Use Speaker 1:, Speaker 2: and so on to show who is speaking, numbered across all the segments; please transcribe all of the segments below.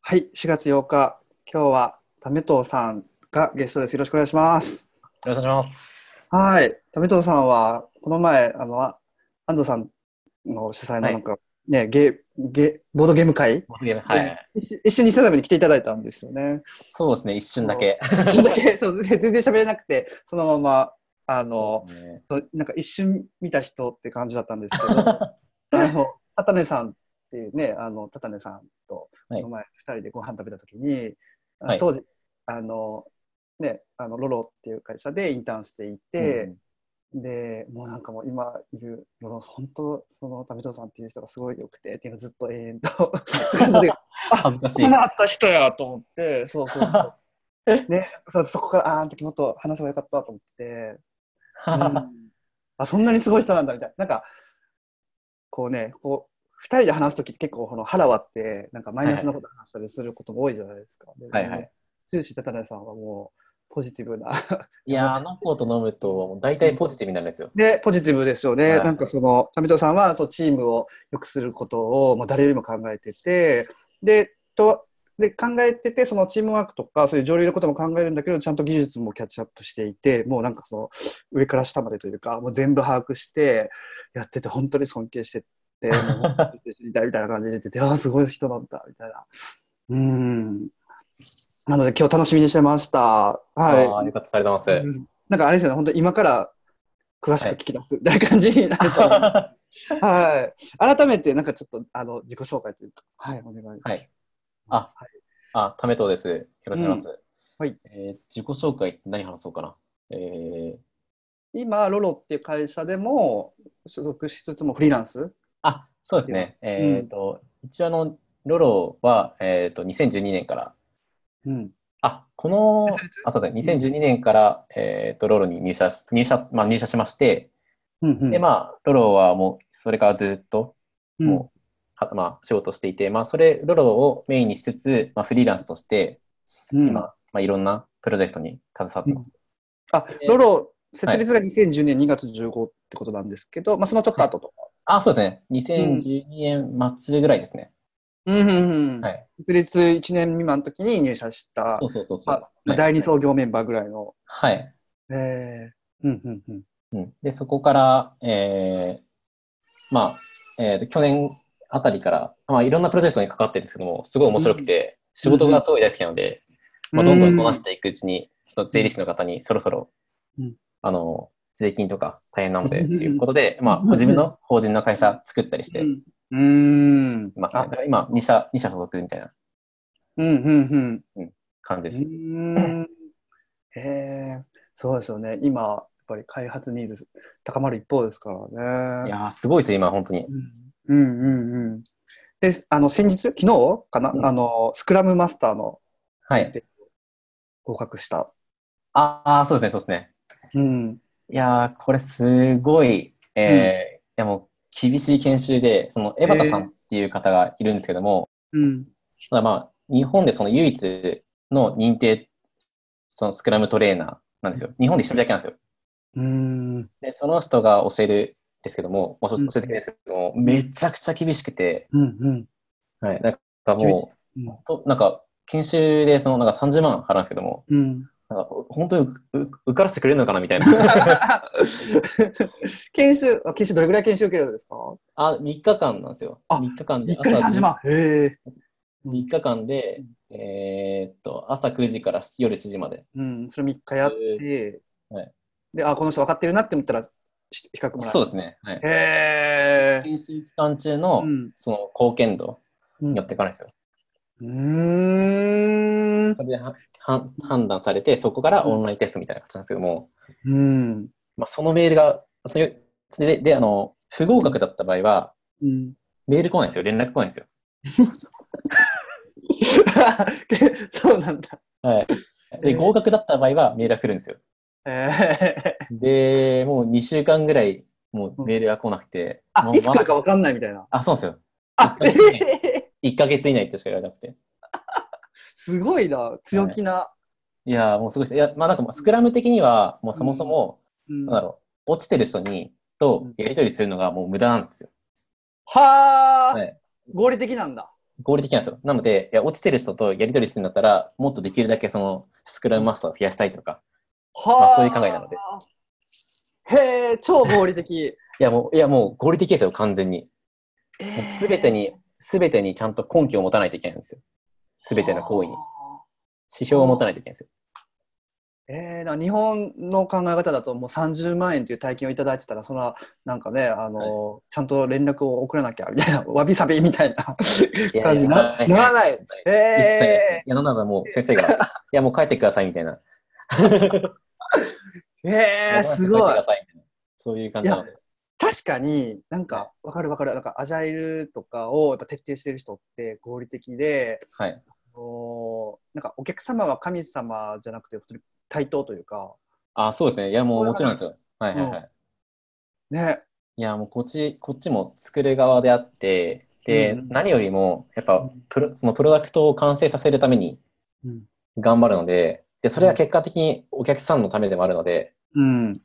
Speaker 1: はい、4月8日、今日は為藤さんがゲストです。よろしくお願いします。
Speaker 2: よろしくお願いします。
Speaker 1: はい、為藤さんは、この前、あの、あ安藤さんの主催のなんか、ね、ゲ、ゲ、ボードゲーム会
Speaker 2: ボードゲームはい。
Speaker 1: 一緒一緒にしたために来ていただいたんですよね。
Speaker 2: そうですね、一瞬だけ。
Speaker 1: 一瞬だけ、そう、全然喋れなくて、そのまま、あの、
Speaker 2: そうですね
Speaker 1: そうなんか一瞬見た人って感じだったんですけど、あの、たたねさんっていうね、あの、たたねさんと、こ
Speaker 2: はい
Speaker 1: の前、二人でご飯食べたときに、あの
Speaker 2: はい
Speaker 1: 当時、あの、ね、あの、ロロっていう会社でインターンしていて、で、もうなんかもう今いる、ロロ、本当、その、タミトさんっていう人がすごい良くて、っていうのをずっと永遠 と、で
Speaker 2: うん恥ずかしい
Speaker 1: こ。のあった人やと思って、そうそうそう。 ね、そうそこから、ああ、あの時もっと話せばよかったと思って、うんあそんなにすごい人なんだみたいな。なんか、こうね、こう、二人で話すときって結構、この腹割って、なんかマイナスなこと話したりすることも多いじゃないですか。で
Speaker 2: はいはい。
Speaker 1: 終始、たたねさんはもう、ポジティブな。
Speaker 2: いやー、ノッコと飲むと、大体ポジティブになるんですよ。
Speaker 1: で、ポジティブですよね。
Speaker 2: はい
Speaker 1: なんかその、タミトさんは、そう、チームを良くすることを、もう誰よりも考えてて、で、と、で、考えてて、そのチームワークとか、そういう上流のことも考えるんだけど、ちゃんと技術もキャッチアップしていて、もうなんかその、上から下までというか、もう全部把握して、やってて、本当に尊敬してて、もう知りたいみたいな感じで言ってて、 ああ、すごい人なんだ、みたいな。うん。なので、今日楽しみにしてました。はい。
Speaker 2: ああ、よかった、ありがとうご ざい
Speaker 1: うんなんかあれですよね、本当今から詳しく聞き出すみたいな感じになると思う
Speaker 2: ま
Speaker 1: はい。改めて、なんかちょっと、あの、自己紹介というか、はい、お願いします。
Speaker 2: はいあ
Speaker 1: はい、
Speaker 2: す。あ、ためとうです。よろしくお願いします。
Speaker 1: うんはい
Speaker 2: えー自己紹介って何話そうかな。えー、
Speaker 1: 今、ロロっていう会社でも所属しつつもフリーランス
Speaker 2: あ、そうですね。えっと、一応あの、ロロは、えっと、2012年から、
Speaker 1: うん。
Speaker 2: あ、この、あ、そうですね、2012年から、えっと、ロロに入社し、入社、まあ入社しまして、
Speaker 1: うんうん
Speaker 2: で、まあ、ロロはもう、それからずっと、
Speaker 1: うん
Speaker 2: もう、はまあ、仕事をしていて、まあ、それ、ロロをメインにしつつ、まあ、フリーランスとして、
Speaker 1: うん
Speaker 2: 今、まあ、いろんなプロジェクトに携わってます。
Speaker 1: あ、ロロ、設立が2010年2月15ってことなんですけど、まあ、そのちょっと後とか。
Speaker 2: あ、そうですね。2012年末ぐらいですね。
Speaker 1: うんうんうん
Speaker 2: はい。
Speaker 1: 設立1年未満の時に入社した
Speaker 2: そ、うそうそうそう。
Speaker 1: まあまあ第二創業メンバーぐらいの。
Speaker 2: はい。はい。
Speaker 1: ええうんうんうん。
Speaker 2: うん、で、そこから、えー、まあ、えーと、去年あたりから、まあ、いろんなプロジェクトに関わってるんですけども、すごい面白くて、仕事がすごい大好きなので、まあ、どんどんこなしていくうちに、ちょっと税理士の方にそろそろ、
Speaker 1: うん
Speaker 2: あの、税金とか大変なので、
Speaker 1: う
Speaker 2: と
Speaker 1: ん
Speaker 2: いうことで、まあ、
Speaker 1: うん
Speaker 2: 自分の法人の会社作ったりして
Speaker 1: うんうん。
Speaker 2: ますね。
Speaker 1: あ
Speaker 2: だから今、2社、二社所属みたいな
Speaker 1: うんうん
Speaker 2: 感じ
Speaker 1: うん。う
Speaker 2: です。
Speaker 1: ーんへえ、そうですよね。今、やっぱり開発ニーズ高まる一方ですからね。
Speaker 2: いやー、すごいですよ、今、本当に
Speaker 1: う。んうんうんうん。で、あの、先日、昨日かな、
Speaker 2: うん
Speaker 1: あの、スクラムマスターの
Speaker 2: はい。
Speaker 1: 合格した。
Speaker 2: ああ、そうですね、そうですね。
Speaker 1: うん。
Speaker 2: いやー、これすごい、えーいやもう厳しい研修で、その江端さんっていう方がいるんですけども、
Speaker 1: うん。
Speaker 2: ただまあ、日本でその唯一の認定、そのスクラムトレーナーなんですよ。日本で一人だけなんですよ。
Speaker 1: うん。
Speaker 2: で、その人が教えるんですけども、まあ教
Speaker 1: うん
Speaker 2: 教えてくれるんですけども、めちゃくちゃ厳しくて、
Speaker 1: うん。
Speaker 2: はい、なんかも
Speaker 1: う、
Speaker 2: うんとなんか研修でそのなんか30万払うんですけども、
Speaker 1: うん。
Speaker 2: なんか本当にうう受からせてくれるのかなみたいな。
Speaker 1: 研修、あ研修どれぐらい研修受けるん ですか
Speaker 2: あ、3日間なんですよ。
Speaker 1: あ
Speaker 2: 3日間で
Speaker 1: 一回
Speaker 2: 朝
Speaker 1: 30万。へえ。
Speaker 2: 3日間で、えーっと、朝9時から夜7時まで。
Speaker 1: うん、それ3日やって、
Speaker 2: はい
Speaker 1: で、あ、この人分かってるなって思ったら、し資格もらえる。
Speaker 2: そうですね。はい。
Speaker 1: へえ。
Speaker 2: 研修期間中の、
Speaker 1: うん
Speaker 2: その貢献度
Speaker 1: う
Speaker 2: によっていかないんですよ。
Speaker 1: ん。う
Speaker 2: それではは判断されて、そこからオンラインテストみたいな形なんですけども、
Speaker 1: ーん。
Speaker 2: まあ、そのメールが、それそれでであの、不合格だった場合は、
Speaker 1: うん。
Speaker 2: メール来ないんですよ。連絡来ないんですよ。
Speaker 1: そうなんだ。
Speaker 2: はい。
Speaker 1: えー
Speaker 2: で、合格だった場合はメールが来るんですよ。
Speaker 1: えー、
Speaker 2: で、もう2週間ぐらい、もうメールが来なくて。
Speaker 1: あ
Speaker 2: も、う
Speaker 1: いつ来るか分かんないみたいな。
Speaker 2: あ、そうなんですよ。
Speaker 1: あ、え
Speaker 2: え
Speaker 1: ー、
Speaker 2: 1ヶ月以内としか言われなくて。
Speaker 1: すごいな、強気な。
Speaker 2: いやーもうすごいです。いや、まあなんかもうスクラム的には、もうそもそも、
Speaker 1: うん
Speaker 2: なんだろう、落ちてる人に、とやり取りするのがもう無駄なんですよ。
Speaker 1: はあ、
Speaker 2: はい
Speaker 1: 合理的なんだ。
Speaker 2: 合理的なんですよ。なので、いや落ちてる人とやり取りするんだったら、もっとできるだけそのスクラムマスターを増やしたいとか、まあそういう考えなので。
Speaker 1: へえ、超合理的。
Speaker 2: いやもう、いやもう合理的ですよ、完全に。
Speaker 1: え
Speaker 2: も
Speaker 1: ー
Speaker 2: う 全てに、すべてにちゃんと根拠を持たないといけないんですよ。すべての行為に。指標を持たないといけないんですよ。
Speaker 1: えー、なんか日本の考え方だともう30万円という大金をいただいてたらそんななんかね、あのーちゃんと連絡を送らなきゃみたいなわびさびみたいない
Speaker 2: や
Speaker 1: 感じにな
Speaker 2: はい
Speaker 1: ならない。え
Speaker 2: 実際
Speaker 1: え
Speaker 2: いや、なんならもう先生が、いや、もう帰ってくださいみたいな。
Speaker 1: ー、えー、すごい
Speaker 2: 帰ってくだ。さみたなそういう感じなので。
Speaker 1: 確かになんかわかるわかるなんかアジャイルとかをやっぱ徹底してる人って合理的で、
Speaker 2: はい。
Speaker 1: あのーなんかお客様は神様じゃなくて本当に対等というか
Speaker 2: あ、そうですね。いや、もうもちろんですよ。はいはいはい。
Speaker 1: ね
Speaker 2: いや、もうこっち、こっちも作る側であって、で、
Speaker 1: うん
Speaker 2: 何よりも、やっ
Speaker 1: う
Speaker 2: ぱ
Speaker 1: ん
Speaker 2: プロ、そのプロダクトを完成させるために
Speaker 1: うん、
Speaker 2: 頑張るので、で、それは結果的にお客さんのためでもあるので、
Speaker 1: うん、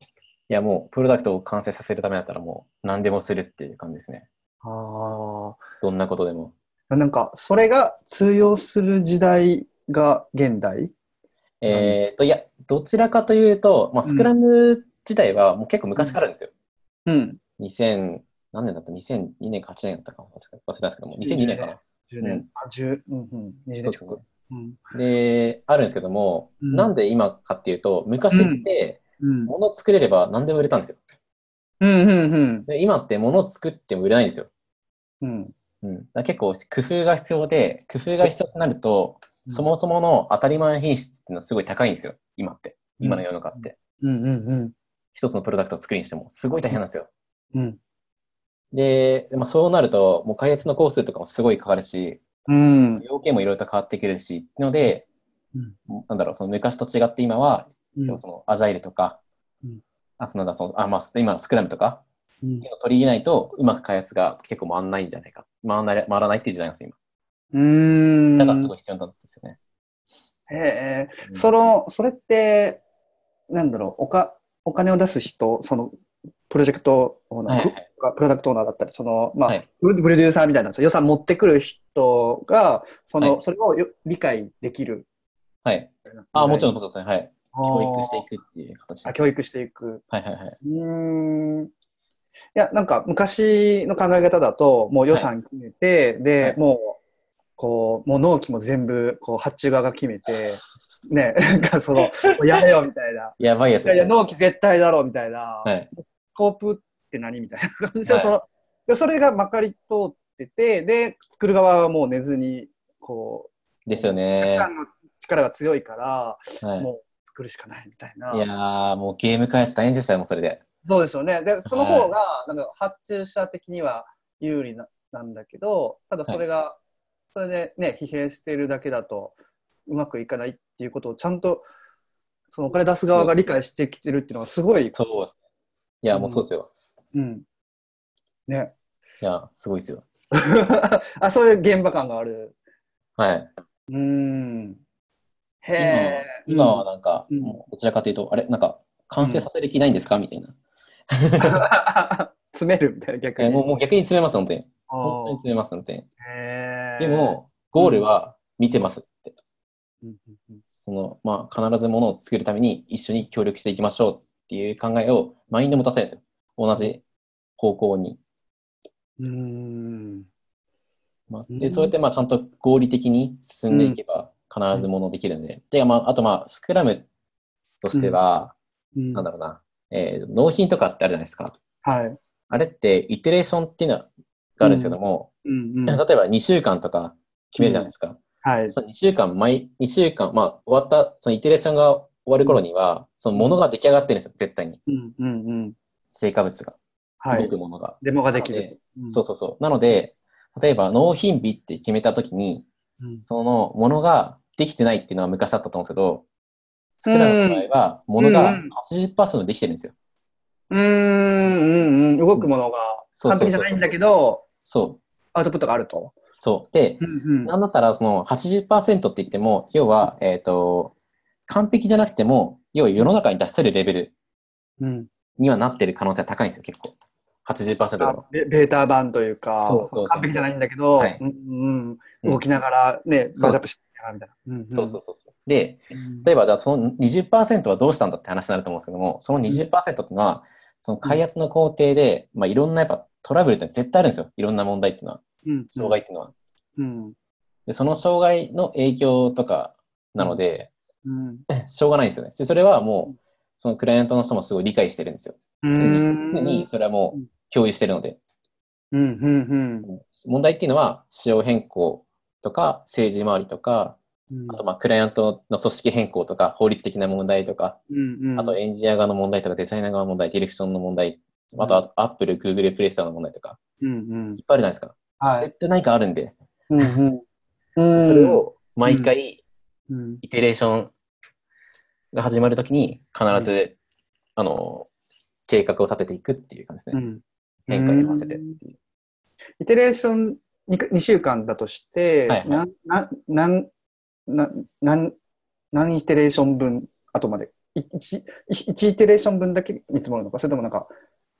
Speaker 2: いや、もうプロダクトを完成させるためだったらもう何でもするっていう感じですね。
Speaker 1: あー
Speaker 2: どんなことでも。
Speaker 1: なんか、それが通用する時代が現代
Speaker 2: えっと、いや、どちらかというと、まあ、
Speaker 1: うん
Speaker 2: スクラム自体はもう結構昔からあるんですよ。
Speaker 1: うん。
Speaker 2: 2000、何年だった ?2002 年か8年だったか忘れたんですけども、2002年かな。
Speaker 1: 10
Speaker 2: 年。
Speaker 1: あ、10、うんうん。20年近く。うん。
Speaker 2: で、あるんですけども、
Speaker 1: うん
Speaker 2: なんで今かっていうと、昔って、
Speaker 1: うん。
Speaker 2: 物を作れれば何でも売れたんですよ。
Speaker 1: うん。うん。
Speaker 2: で今って物を作っても売れないんですよ。
Speaker 1: うん。
Speaker 2: うん、だから結構工夫が必要で、工夫が必要となると、そもそもの当たり前品質っていうのはすごい高いんですよ、今って。今の世の中って。
Speaker 1: うん。うん。
Speaker 2: 一つのプロダクトを作るにしても、すごい大変なんですよ。
Speaker 1: うん。
Speaker 2: で、まあ、そうなると、もう開発のコースとかもすごいかかるし、
Speaker 1: うん。
Speaker 2: 要件もいろいろと変わってくるし、ので、
Speaker 1: うん
Speaker 2: なんだろう、その昔と違って今は、
Speaker 1: うん。
Speaker 2: そのアジャイルとか、
Speaker 1: うん
Speaker 2: あそのなんだそのあまあ、今のスクラムとか、
Speaker 1: うん
Speaker 2: っていうのを取り入れないと、うまく開発が結構回らないんじゃないか。回らない回らないっていう時代なんですよ、
Speaker 1: うん。
Speaker 2: 今。だからすごい必要なんですよね。
Speaker 1: ええ
Speaker 2: うん
Speaker 1: その、それって、なんだろう、おか、お金を出す人、その、プロジェクトオーナー、
Speaker 2: はいはい
Speaker 1: くプロダクトオーナーだったり、その、まあ、
Speaker 2: はい
Speaker 1: プロプロデューサーみたいな、その予算持ってくる人が、その、
Speaker 2: はい
Speaker 1: それをよ理解できる。
Speaker 2: はい。あ、もちろ
Speaker 1: ん。
Speaker 2: ん、もちろん、はい。教育していくっていう形で
Speaker 1: あ
Speaker 2: す。
Speaker 1: 教育していく。
Speaker 2: はいはいはい。
Speaker 1: うーん。いや、なんか昔の考え方だと、もう予算決めて、で、
Speaker 2: はい
Speaker 1: もう、こう、もう納期も全部、こう、発注側が決め て、ね、なんかその、もうやれよみたいな。
Speaker 2: やばいやつ
Speaker 1: いやい
Speaker 2: です
Speaker 1: や、
Speaker 2: よね。
Speaker 1: 納期絶対だろうみたいな、
Speaker 2: はい。
Speaker 1: コープって何みたいな感じで、
Speaker 2: はい
Speaker 1: そのでそれがまかり通ってて、で、作る側はもう寝ずに、こ
Speaker 2: ですよ
Speaker 1: う、たく
Speaker 2: ね
Speaker 1: さ。んの力が強いから、
Speaker 2: はい。
Speaker 1: もう作るしかないみたいな。
Speaker 2: いやー、もうゲーム開発大変でしたよ、もうそれで。
Speaker 1: そうですよね。で、その方が、なんか発注者的には有利ななんだけど、ただそれが、それでね、疲弊してるだけだと、うまくいかないっていうことをちゃんと、そのお金出す側が理解してきてるっていうのはすごい、
Speaker 2: そうですね。いや、もうそうですよ。
Speaker 1: うん。ね。
Speaker 2: いや、すごいですよ。
Speaker 1: あ、そういう現場感がある。
Speaker 2: はい。
Speaker 1: うーん。へ
Speaker 2: 今
Speaker 1: え。
Speaker 2: 今はなんか、
Speaker 1: うん
Speaker 2: もうどちらかというと、あれ、なんか、完成させる気ないんですかみたいな。
Speaker 1: うん 詰めるみたいな逆
Speaker 2: え
Speaker 1: に。
Speaker 2: もうもう逆に詰めます、本当に。
Speaker 1: あ
Speaker 2: 本当に
Speaker 1: ー
Speaker 2: 詰めます、本当に。
Speaker 1: へー
Speaker 2: で、も、ゴールは見てますって。
Speaker 1: うんうんうん
Speaker 2: その、まあ、必ずものを作るために一緒に協力していきましょうっていう考えをマインド持たせるんですよ。同じ方向に。
Speaker 1: うーん。
Speaker 2: まあ、
Speaker 1: う
Speaker 2: で、
Speaker 1: ん
Speaker 2: そうやって、まあ、ちゃんと合理的に進んでいけば、必ずものできるんで。で、まあ、あと、まあ、スクラムとしては、
Speaker 1: な
Speaker 2: なんだろうな、えー納品とかってあるじゃないですか。
Speaker 1: はい。
Speaker 2: あれって、イテレーションっていうのがあるんですけども、
Speaker 1: うんうん
Speaker 2: 例えば2週間とか決めるじゃないですか。
Speaker 1: はい。
Speaker 2: その2週間、毎、2週間、まあ、終わった、そのイテレーションが終わる頃には、そのものが出来上がってるんですよ、絶対に。
Speaker 1: うんうんうん。
Speaker 2: 成果物が、
Speaker 1: は
Speaker 2: 動
Speaker 1: い
Speaker 2: く。ものが。
Speaker 1: デモができる。
Speaker 2: そうそうそう。なので、例えば納品日って決めたときに、
Speaker 1: うん。
Speaker 2: そのものができてないっていうのは昔だったと思うんですけど、スクラムの場合は、もの
Speaker 1: う
Speaker 2: が
Speaker 1: ん
Speaker 2: 80%できてるんですよ。
Speaker 1: うんうんうん。動くものが
Speaker 2: そう
Speaker 1: 完
Speaker 2: そ
Speaker 1: 璧
Speaker 2: うそう
Speaker 1: じゃないんだけど、
Speaker 2: そ
Speaker 1: アウトプットがあると。
Speaker 2: う。そう。で、
Speaker 1: うん
Speaker 2: なんだったら、その80%って言っても、要は、えっ、と、完璧じゃなくても、要は世の中に出せるレベル
Speaker 1: うん。
Speaker 2: にはなってる可能性が高いんですよ、結構。 80%
Speaker 1: あ
Speaker 2: の。
Speaker 1: ベベータ版というか、
Speaker 2: そうそうそう
Speaker 1: 完璧じゃないんだけど、
Speaker 2: はい
Speaker 1: うんう、
Speaker 2: うんん
Speaker 1: 動きながら、ね、
Speaker 2: そ
Speaker 1: バ
Speaker 2: う
Speaker 1: ージョンアップしながらみたいな。んん
Speaker 2: そうそうそうそう。で、
Speaker 1: うん
Speaker 2: 例えばじゃあその20%はどうしたんだって話になると思うんですけども、その20%っていうのは、その開発の工程で、まあ、いろんなやっぱトラブルって絶対あるんですよ。いろんな問題っていうのは、
Speaker 1: うん
Speaker 2: 障害っていうのは。
Speaker 1: うん
Speaker 2: で、その障害の影響とかなので、
Speaker 1: うん
Speaker 2: しょうがないんですよね。で、それはもう、そのクライアントの人もすごい理解してるんですよ。
Speaker 1: う
Speaker 2: 常
Speaker 1: ん
Speaker 2: に、常にそれはもう共有してるので。
Speaker 1: うんうん
Speaker 2: 問題っていうのは、仕様変更とか、政治周りとか、
Speaker 1: うん
Speaker 2: あと、まあ、クライアントの組織変更とか、法律的な問題とか、
Speaker 1: うんうん
Speaker 2: あとエンジニア側の問題とか、デザイナー側の問題、ディレクションの問題、あとは、アップル、グーグル、プレイスターの問題とか、
Speaker 1: うんうん
Speaker 2: いっぱいあるじゃないですか。
Speaker 1: はい。
Speaker 2: 絶対何かあるんで、
Speaker 1: うんうん
Speaker 2: それを毎回、
Speaker 1: うん
Speaker 2: イテレーションが始まるときに、必ず、あの、計画を立てていくっていう感じです
Speaker 1: う
Speaker 2: ね。
Speaker 1: ん
Speaker 2: 変化に合わせてっていう。
Speaker 1: イテレーション 2, 2週間だとして、
Speaker 2: はいは
Speaker 1: なななんななん何イテレーション分後まで 1, 一イテレーション分だけ見積もるのかそれともなんか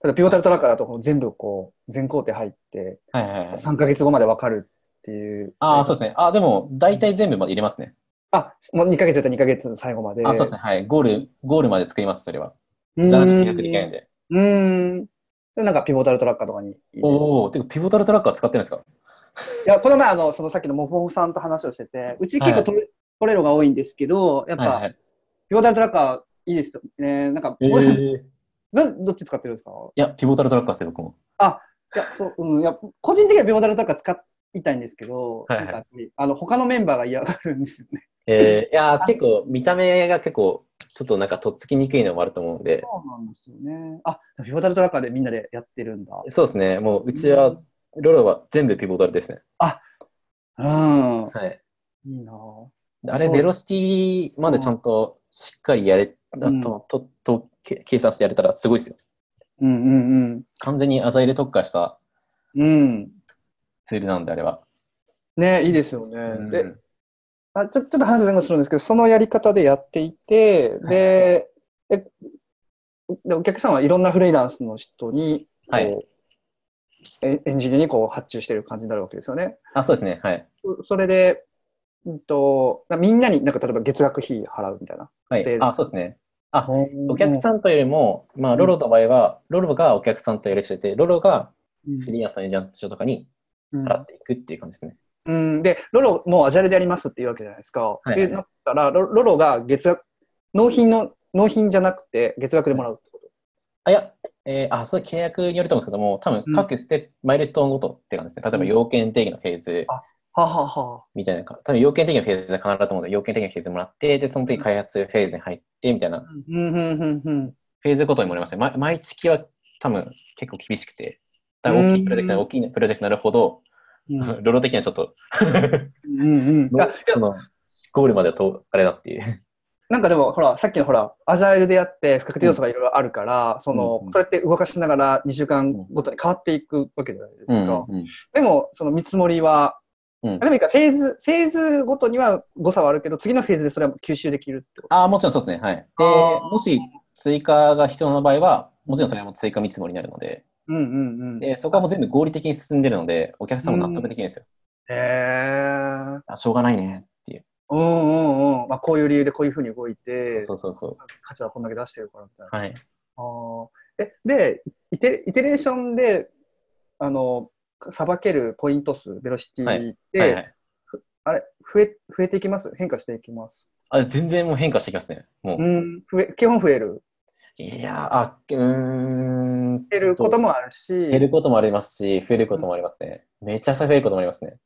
Speaker 1: ただピボタルトラッカーだと全部こう全工程入って
Speaker 2: はいはいはい。
Speaker 1: 3か月後まで分かるっていう
Speaker 2: ああ、そうですね。ああ、でも、大体全部まで入れますね。
Speaker 1: あもう2か月だったら2か月の最後まで
Speaker 2: あそうですね。はい。ゴール、ゴールまで作ります、それは。
Speaker 1: ね
Speaker 2: じゃなくて逆にいけないんで。
Speaker 1: うーんでなんかピボタルトラッカーとかに入れる
Speaker 2: おお、てか、ピボタルトラッカー使ってるんですか
Speaker 1: いや、この前、あの、そのさっきのモフモフさんと話をしてて、うち結構トレ,、トレロが多いんですけど、やっぱ、
Speaker 2: はいはい。
Speaker 1: ピボタルトラッカーいいですよね。なんか、
Speaker 2: え
Speaker 1: モフさん
Speaker 2: ーい
Speaker 1: などっち使ってるんですか
Speaker 2: や、ピボタルトラッカーですよ、僕も。
Speaker 1: いや、そう、うん、いや、個人的にはピボタルトラッカー使いたいんですけど、
Speaker 2: はいはい
Speaker 1: なんか、あの、他のメンバーが嫌がるんですよね。
Speaker 2: えー、いやー、結構、見た目が結構、ちょっとなんか、とっつきにくいのもあると思うんで、
Speaker 1: そうなんですよね。あ、ピボタルトラッカーでみんなでやってるんだ。
Speaker 2: そうですね。もう、うちは、ロロは全部ピボタルですね。
Speaker 1: うん。
Speaker 2: はい。
Speaker 1: いいなぁ
Speaker 2: あれ、
Speaker 1: そう
Speaker 2: ベロシティまでちゃんと、しっかりやれ、
Speaker 1: うん
Speaker 2: と、と、と、け計算してやれたらすごいですよ。
Speaker 1: うんうん
Speaker 2: 完全にアジャイル特化した
Speaker 1: うん。うん。
Speaker 2: ツールなんで、あれは。
Speaker 1: ね、いいですよね。
Speaker 2: うん
Speaker 1: であちょちょっと話前後するんですけど、そのやり方でやっていて、で、えでお客さんはいろんなフリーランスの人に、こう
Speaker 2: はい
Speaker 1: エエンジニアにこう発注してる感じになるわけですよね。
Speaker 2: あ、そうですね。はい。
Speaker 1: そそれで、うんと、なみんなになんか例えば月額費払うみたいな。
Speaker 2: はい
Speaker 1: で。
Speaker 2: あ、そうですね。お
Speaker 1: お
Speaker 2: 客さんというよりも、まあ、ロロの場合は、ロロがお客さんとやりしてて、ロロが
Speaker 1: ん
Speaker 2: フリーランスのエージェントとかに
Speaker 1: うん
Speaker 2: 払っていくっていう感じですね。
Speaker 1: うん、で、ロロもうアジャレでやりますっていうわけじゃないですか。
Speaker 2: いはい
Speaker 1: で、なったらロ、ロロが月額、納品の、納品じゃなくて月額でもらうってこと。
Speaker 2: あ、いや、えーあ、それ契約によると思うんですけども、多分各ステップ、マイルストーンごとっていう感じですね。例えば要件定義のフェーズ
Speaker 1: あははは。
Speaker 2: みたいなか、多分要件定義のフェーズは必ずだと思うので、要件定義のフェーズもらって、で、その次開発するフェーズに入って、みたいな、
Speaker 1: うん、うん、うん、うん。
Speaker 2: フェーズごとにもらいますね。ま毎月は多分結構厳しくて、多分大きいプロジェク
Speaker 1: う
Speaker 2: ト
Speaker 1: ん
Speaker 2: 大きいプロジェクトになるほど、
Speaker 1: うん
Speaker 2: ロロ的にはちょっと、
Speaker 1: うんうん、あ
Speaker 2: そのゴールまではとあれだっていう。
Speaker 1: なんかでもほらさっきのほらアジャイルでやって不確定要素がいろいろあるから、その
Speaker 2: うんうん
Speaker 1: そうやって動かしながら2週間ごとに変わっていくわけじゃないですか、
Speaker 2: うんうん
Speaker 1: でもその見積もりは、
Speaker 2: うん
Speaker 1: あでもいいかフェーズフェーズごとには誤差はあるけど次のフェーズでそれは吸収できるってこと
Speaker 2: ああ、もちろんそうですね。はい。で、
Speaker 1: あー
Speaker 2: もし追加が必要な場合は、もちろんそれも追加見積もりになるので、
Speaker 1: うんうんうんへ
Speaker 2: でそこはもう全部合理的に進んでるので、お客さんも納得できるんですよ。
Speaker 1: え
Speaker 2: あしょうがないねっていう。
Speaker 1: うんうんうん、まあ、こういう理由でこういうふうに動いて
Speaker 2: そうそうそうそ
Speaker 1: 価値はこんだけ出してるからみたいな
Speaker 2: う。はい。
Speaker 1: あーえでイテ、イテレーションで、あの、さばけるポイント数、ベロシテ
Speaker 2: は
Speaker 1: ィで、
Speaker 2: はいはい、
Speaker 1: あれ増え、増えていきます変化していきます。
Speaker 2: あ全然もう変化してきますね。もう。
Speaker 1: うん、増え基本増える。
Speaker 2: いやー、あ、うーん。
Speaker 1: 減ることもあるし、
Speaker 2: 減ることもありますし、増えることもありますね。めちゃくちゃ増えることもありますね。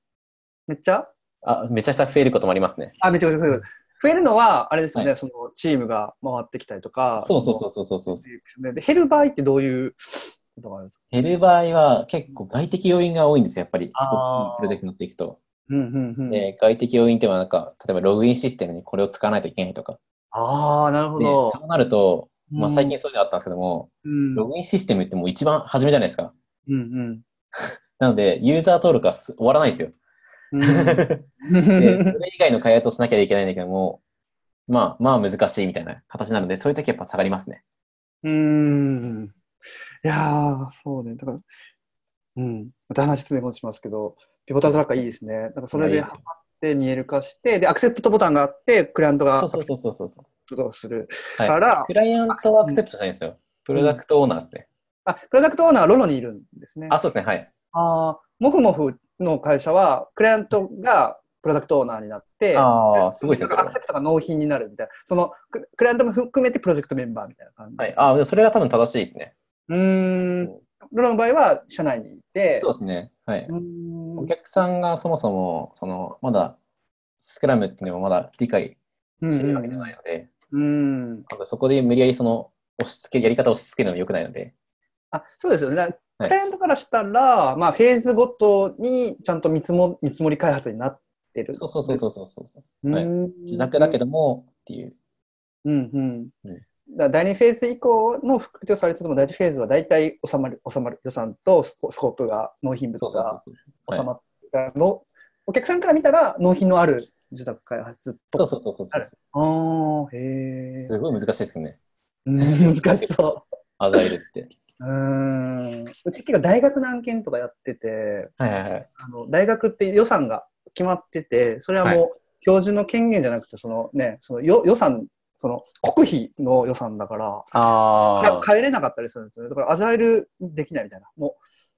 Speaker 1: めっちゃ
Speaker 2: あ、めちゃくちゃ増えることもありますね。
Speaker 1: あ、めちゃくちゃ増える。増えるのは、あれですよね、
Speaker 2: は
Speaker 1: そのチームが回ってきたりとか。
Speaker 2: そうそうそうそうそうそう。
Speaker 1: う。で減る場合ってどういうことがあるんですか
Speaker 2: 減る場合は結構外的要因が多いんですよ、やっぱり。
Speaker 1: あー
Speaker 2: 大きいプロジェクトになっていくと。
Speaker 1: うんうんうん。
Speaker 2: で外的要因っていうのはなんか、例えばログインシステムにこれを使わないといけないとか。
Speaker 1: ああ、なる
Speaker 2: で
Speaker 1: ほど。
Speaker 2: そうなると、まあ、
Speaker 1: うん
Speaker 2: 最近そういうのあったんですけども、
Speaker 1: うん、
Speaker 2: ログインシステムってもう一番初めじゃないですか。
Speaker 1: うん
Speaker 2: なので、ユーザー登録はす終わらな いんですよ。
Speaker 1: うん。う
Speaker 2: で、
Speaker 1: ん
Speaker 2: それ以外の開発をしなきゃいけないんだけども、まあ、まあ難しいみたいな形なので、そういう時はやっぱ下がりますね。
Speaker 1: うーん。いやー、そうね。だから、うん。また話常に戻しますけど、ピボタルトラッカーいいですね。なんかそれ
Speaker 2: い
Speaker 1: で
Speaker 2: やいい
Speaker 1: ハマって見える化して、で、アクセプトボタンがあって、クライアントがア
Speaker 2: そう
Speaker 1: クセ
Speaker 2: そうそうそうそうそう。
Speaker 1: プトする
Speaker 2: はい
Speaker 1: から、
Speaker 2: クライアントはアクセプトじゃないんですよ。プロダクトオーナーですね。
Speaker 1: あ、プロダクトオーナーはロロにいるんですね。
Speaker 2: あ、そうですね。はい。
Speaker 1: ああ、モフモフの会社は、クライアントがプロダクトオーナーになって、
Speaker 2: ああ、すごいですね、それ
Speaker 1: ア
Speaker 2: は
Speaker 1: クセ。プトが納品になるみたいな、そのククライアントも含めてプロジェクトメンバーみたいな感じ
Speaker 2: はい
Speaker 1: で。す。
Speaker 2: ああ、でもそれが多分正しいですね。
Speaker 1: うーん、ロロの場合は社内にいて、。
Speaker 2: そうですね。はいう
Speaker 1: ーん
Speaker 2: お客さんがそもそも、その、まだ、スクラムっていうのをまだ理解してるわけじゃないので、
Speaker 1: うんうんうん
Speaker 2: 多分そこで無理やりその、押し付け、やり方を押し付けるのも良くないので、
Speaker 1: あそうですよね。だから
Speaker 2: はい
Speaker 1: クライアントからしたら、まあ、フェーズごとにちゃんと見積も見積もり開発になってる。
Speaker 2: そうそうそうそうそうそう。
Speaker 1: う
Speaker 2: はい
Speaker 1: ん
Speaker 2: 自宅だけども、っていう。
Speaker 1: うんうん
Speaker 2: うん
Speaker 1: だから第2フェーズ以降の副業されてても第1フェーズは大体収まる収まる予算とスコスコープが納品
Speaker 2: そ
Speaker 1: 物
Speaker 2: うそうそう
Speaker 1: が
Speaker 2: そう。
Speaker 1: 収まったの、お客さんから見たら納品のある受託開発っぽ
Speaker 2: そう
Speaker 1: く
Speaker 2: そうそうそうそう。
Speaker 1: あーへ
Speaker 2: すごい難しいですけどね。
Speaker 1: ー難しそ
Speaker 2: アジャイルって。
Speaker 1: ううーんうち結構大学の案件とかやってて
Speaker 2: はいはいはい。
Speaker 1: あの大学って予算が決まっててそれはもう、
Speaker 2: は
Speaker 1: 教授の権限じゃなくてその、ね、そのよ予算その国費の予算だから
Speaker 2: あ
Speaker 1: か帰れなかったりするんですよね。だから、アジャイルできないみたいな。もう、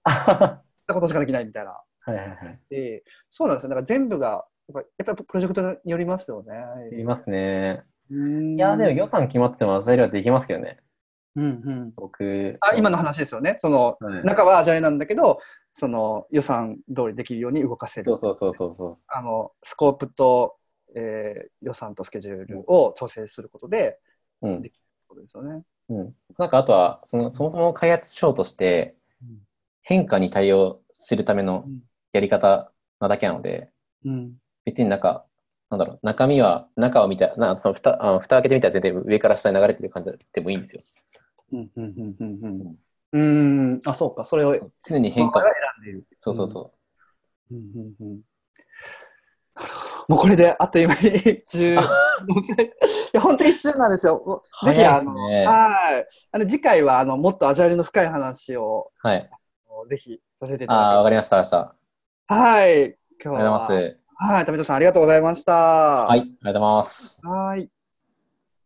Speaker 1: 行っ
Speaker 2: あ。
Speaker 1: たことしかできないみたいな。
Speaker 2: はいはいはい。
Speaker 1: で、そうなんですよ。だから全部が、やっぱやっぱプロジェクトによりますよね。
Speaker 2: いますね。
Speaker 1: い
Speaker 2: いや、でも予算決まってもアジャイルはできますけどね。
Speaker 1: うんうん。
Speaker 2: 僕。
Speaker 1: あ、今の話ですよね。その、
Speaker 2: はい
Speaker 1: 中はアジャイルなんだけど、その予算通りできるように動かせる。
Speaker 2: そうそうそうそうそう。
Speaker 1: あの、スコープと、えー予算とスケジュールを調整することで、
Speaker 2: うん
Speaker 1: で。ことですよね。
Speaker 2: うん、なんかあとはその、そもそも開発賞として
Speaker 1: うん
Speaker 2: 変化に対応するためのやり方なだけなので、
Speaker 1: うん。
Speaker 2: 別になんか、なんだろう、中身は、中を見たなその蓋あ蓋開けてみたら全然上から下に流れてる感じでもいいんですよ。
Speaker 1: うんうんうんうんうんうん。うーん。あ、そうか。それを、
Speaker 2: 常に変化を
Speaker 1: まあ、選んでいる。
Speaker 2: そうそうそう。
Speaker 1: うんうんうんなるほど。もうこれであっという間に10もうねいや本当に一瞬なんですよ。もうぜひ、
Speaker 2: 早
Speaker 1: あ
Speaker 2: いで
Speaker 1: の、
Speaker 2: すね
Speaker 1: はい。あの次回はあのもっとアジャイルの深い話を
Speaker 2: はい。
Speaker 1: ぜひさせていた
Speaker 2: ああ、わ
Speaker 1: だ
Speaker 2: か
Speaker 1: き
Speaker 2: りました。わかりました。あ
Speaker 1: ます。はい。今日は
Speaker 2: りがとうございます。
Speaker 1: はい、富田さんありがとうございました。
Speaker 2: はい、ありがとうございます。
Speaker 1: はい。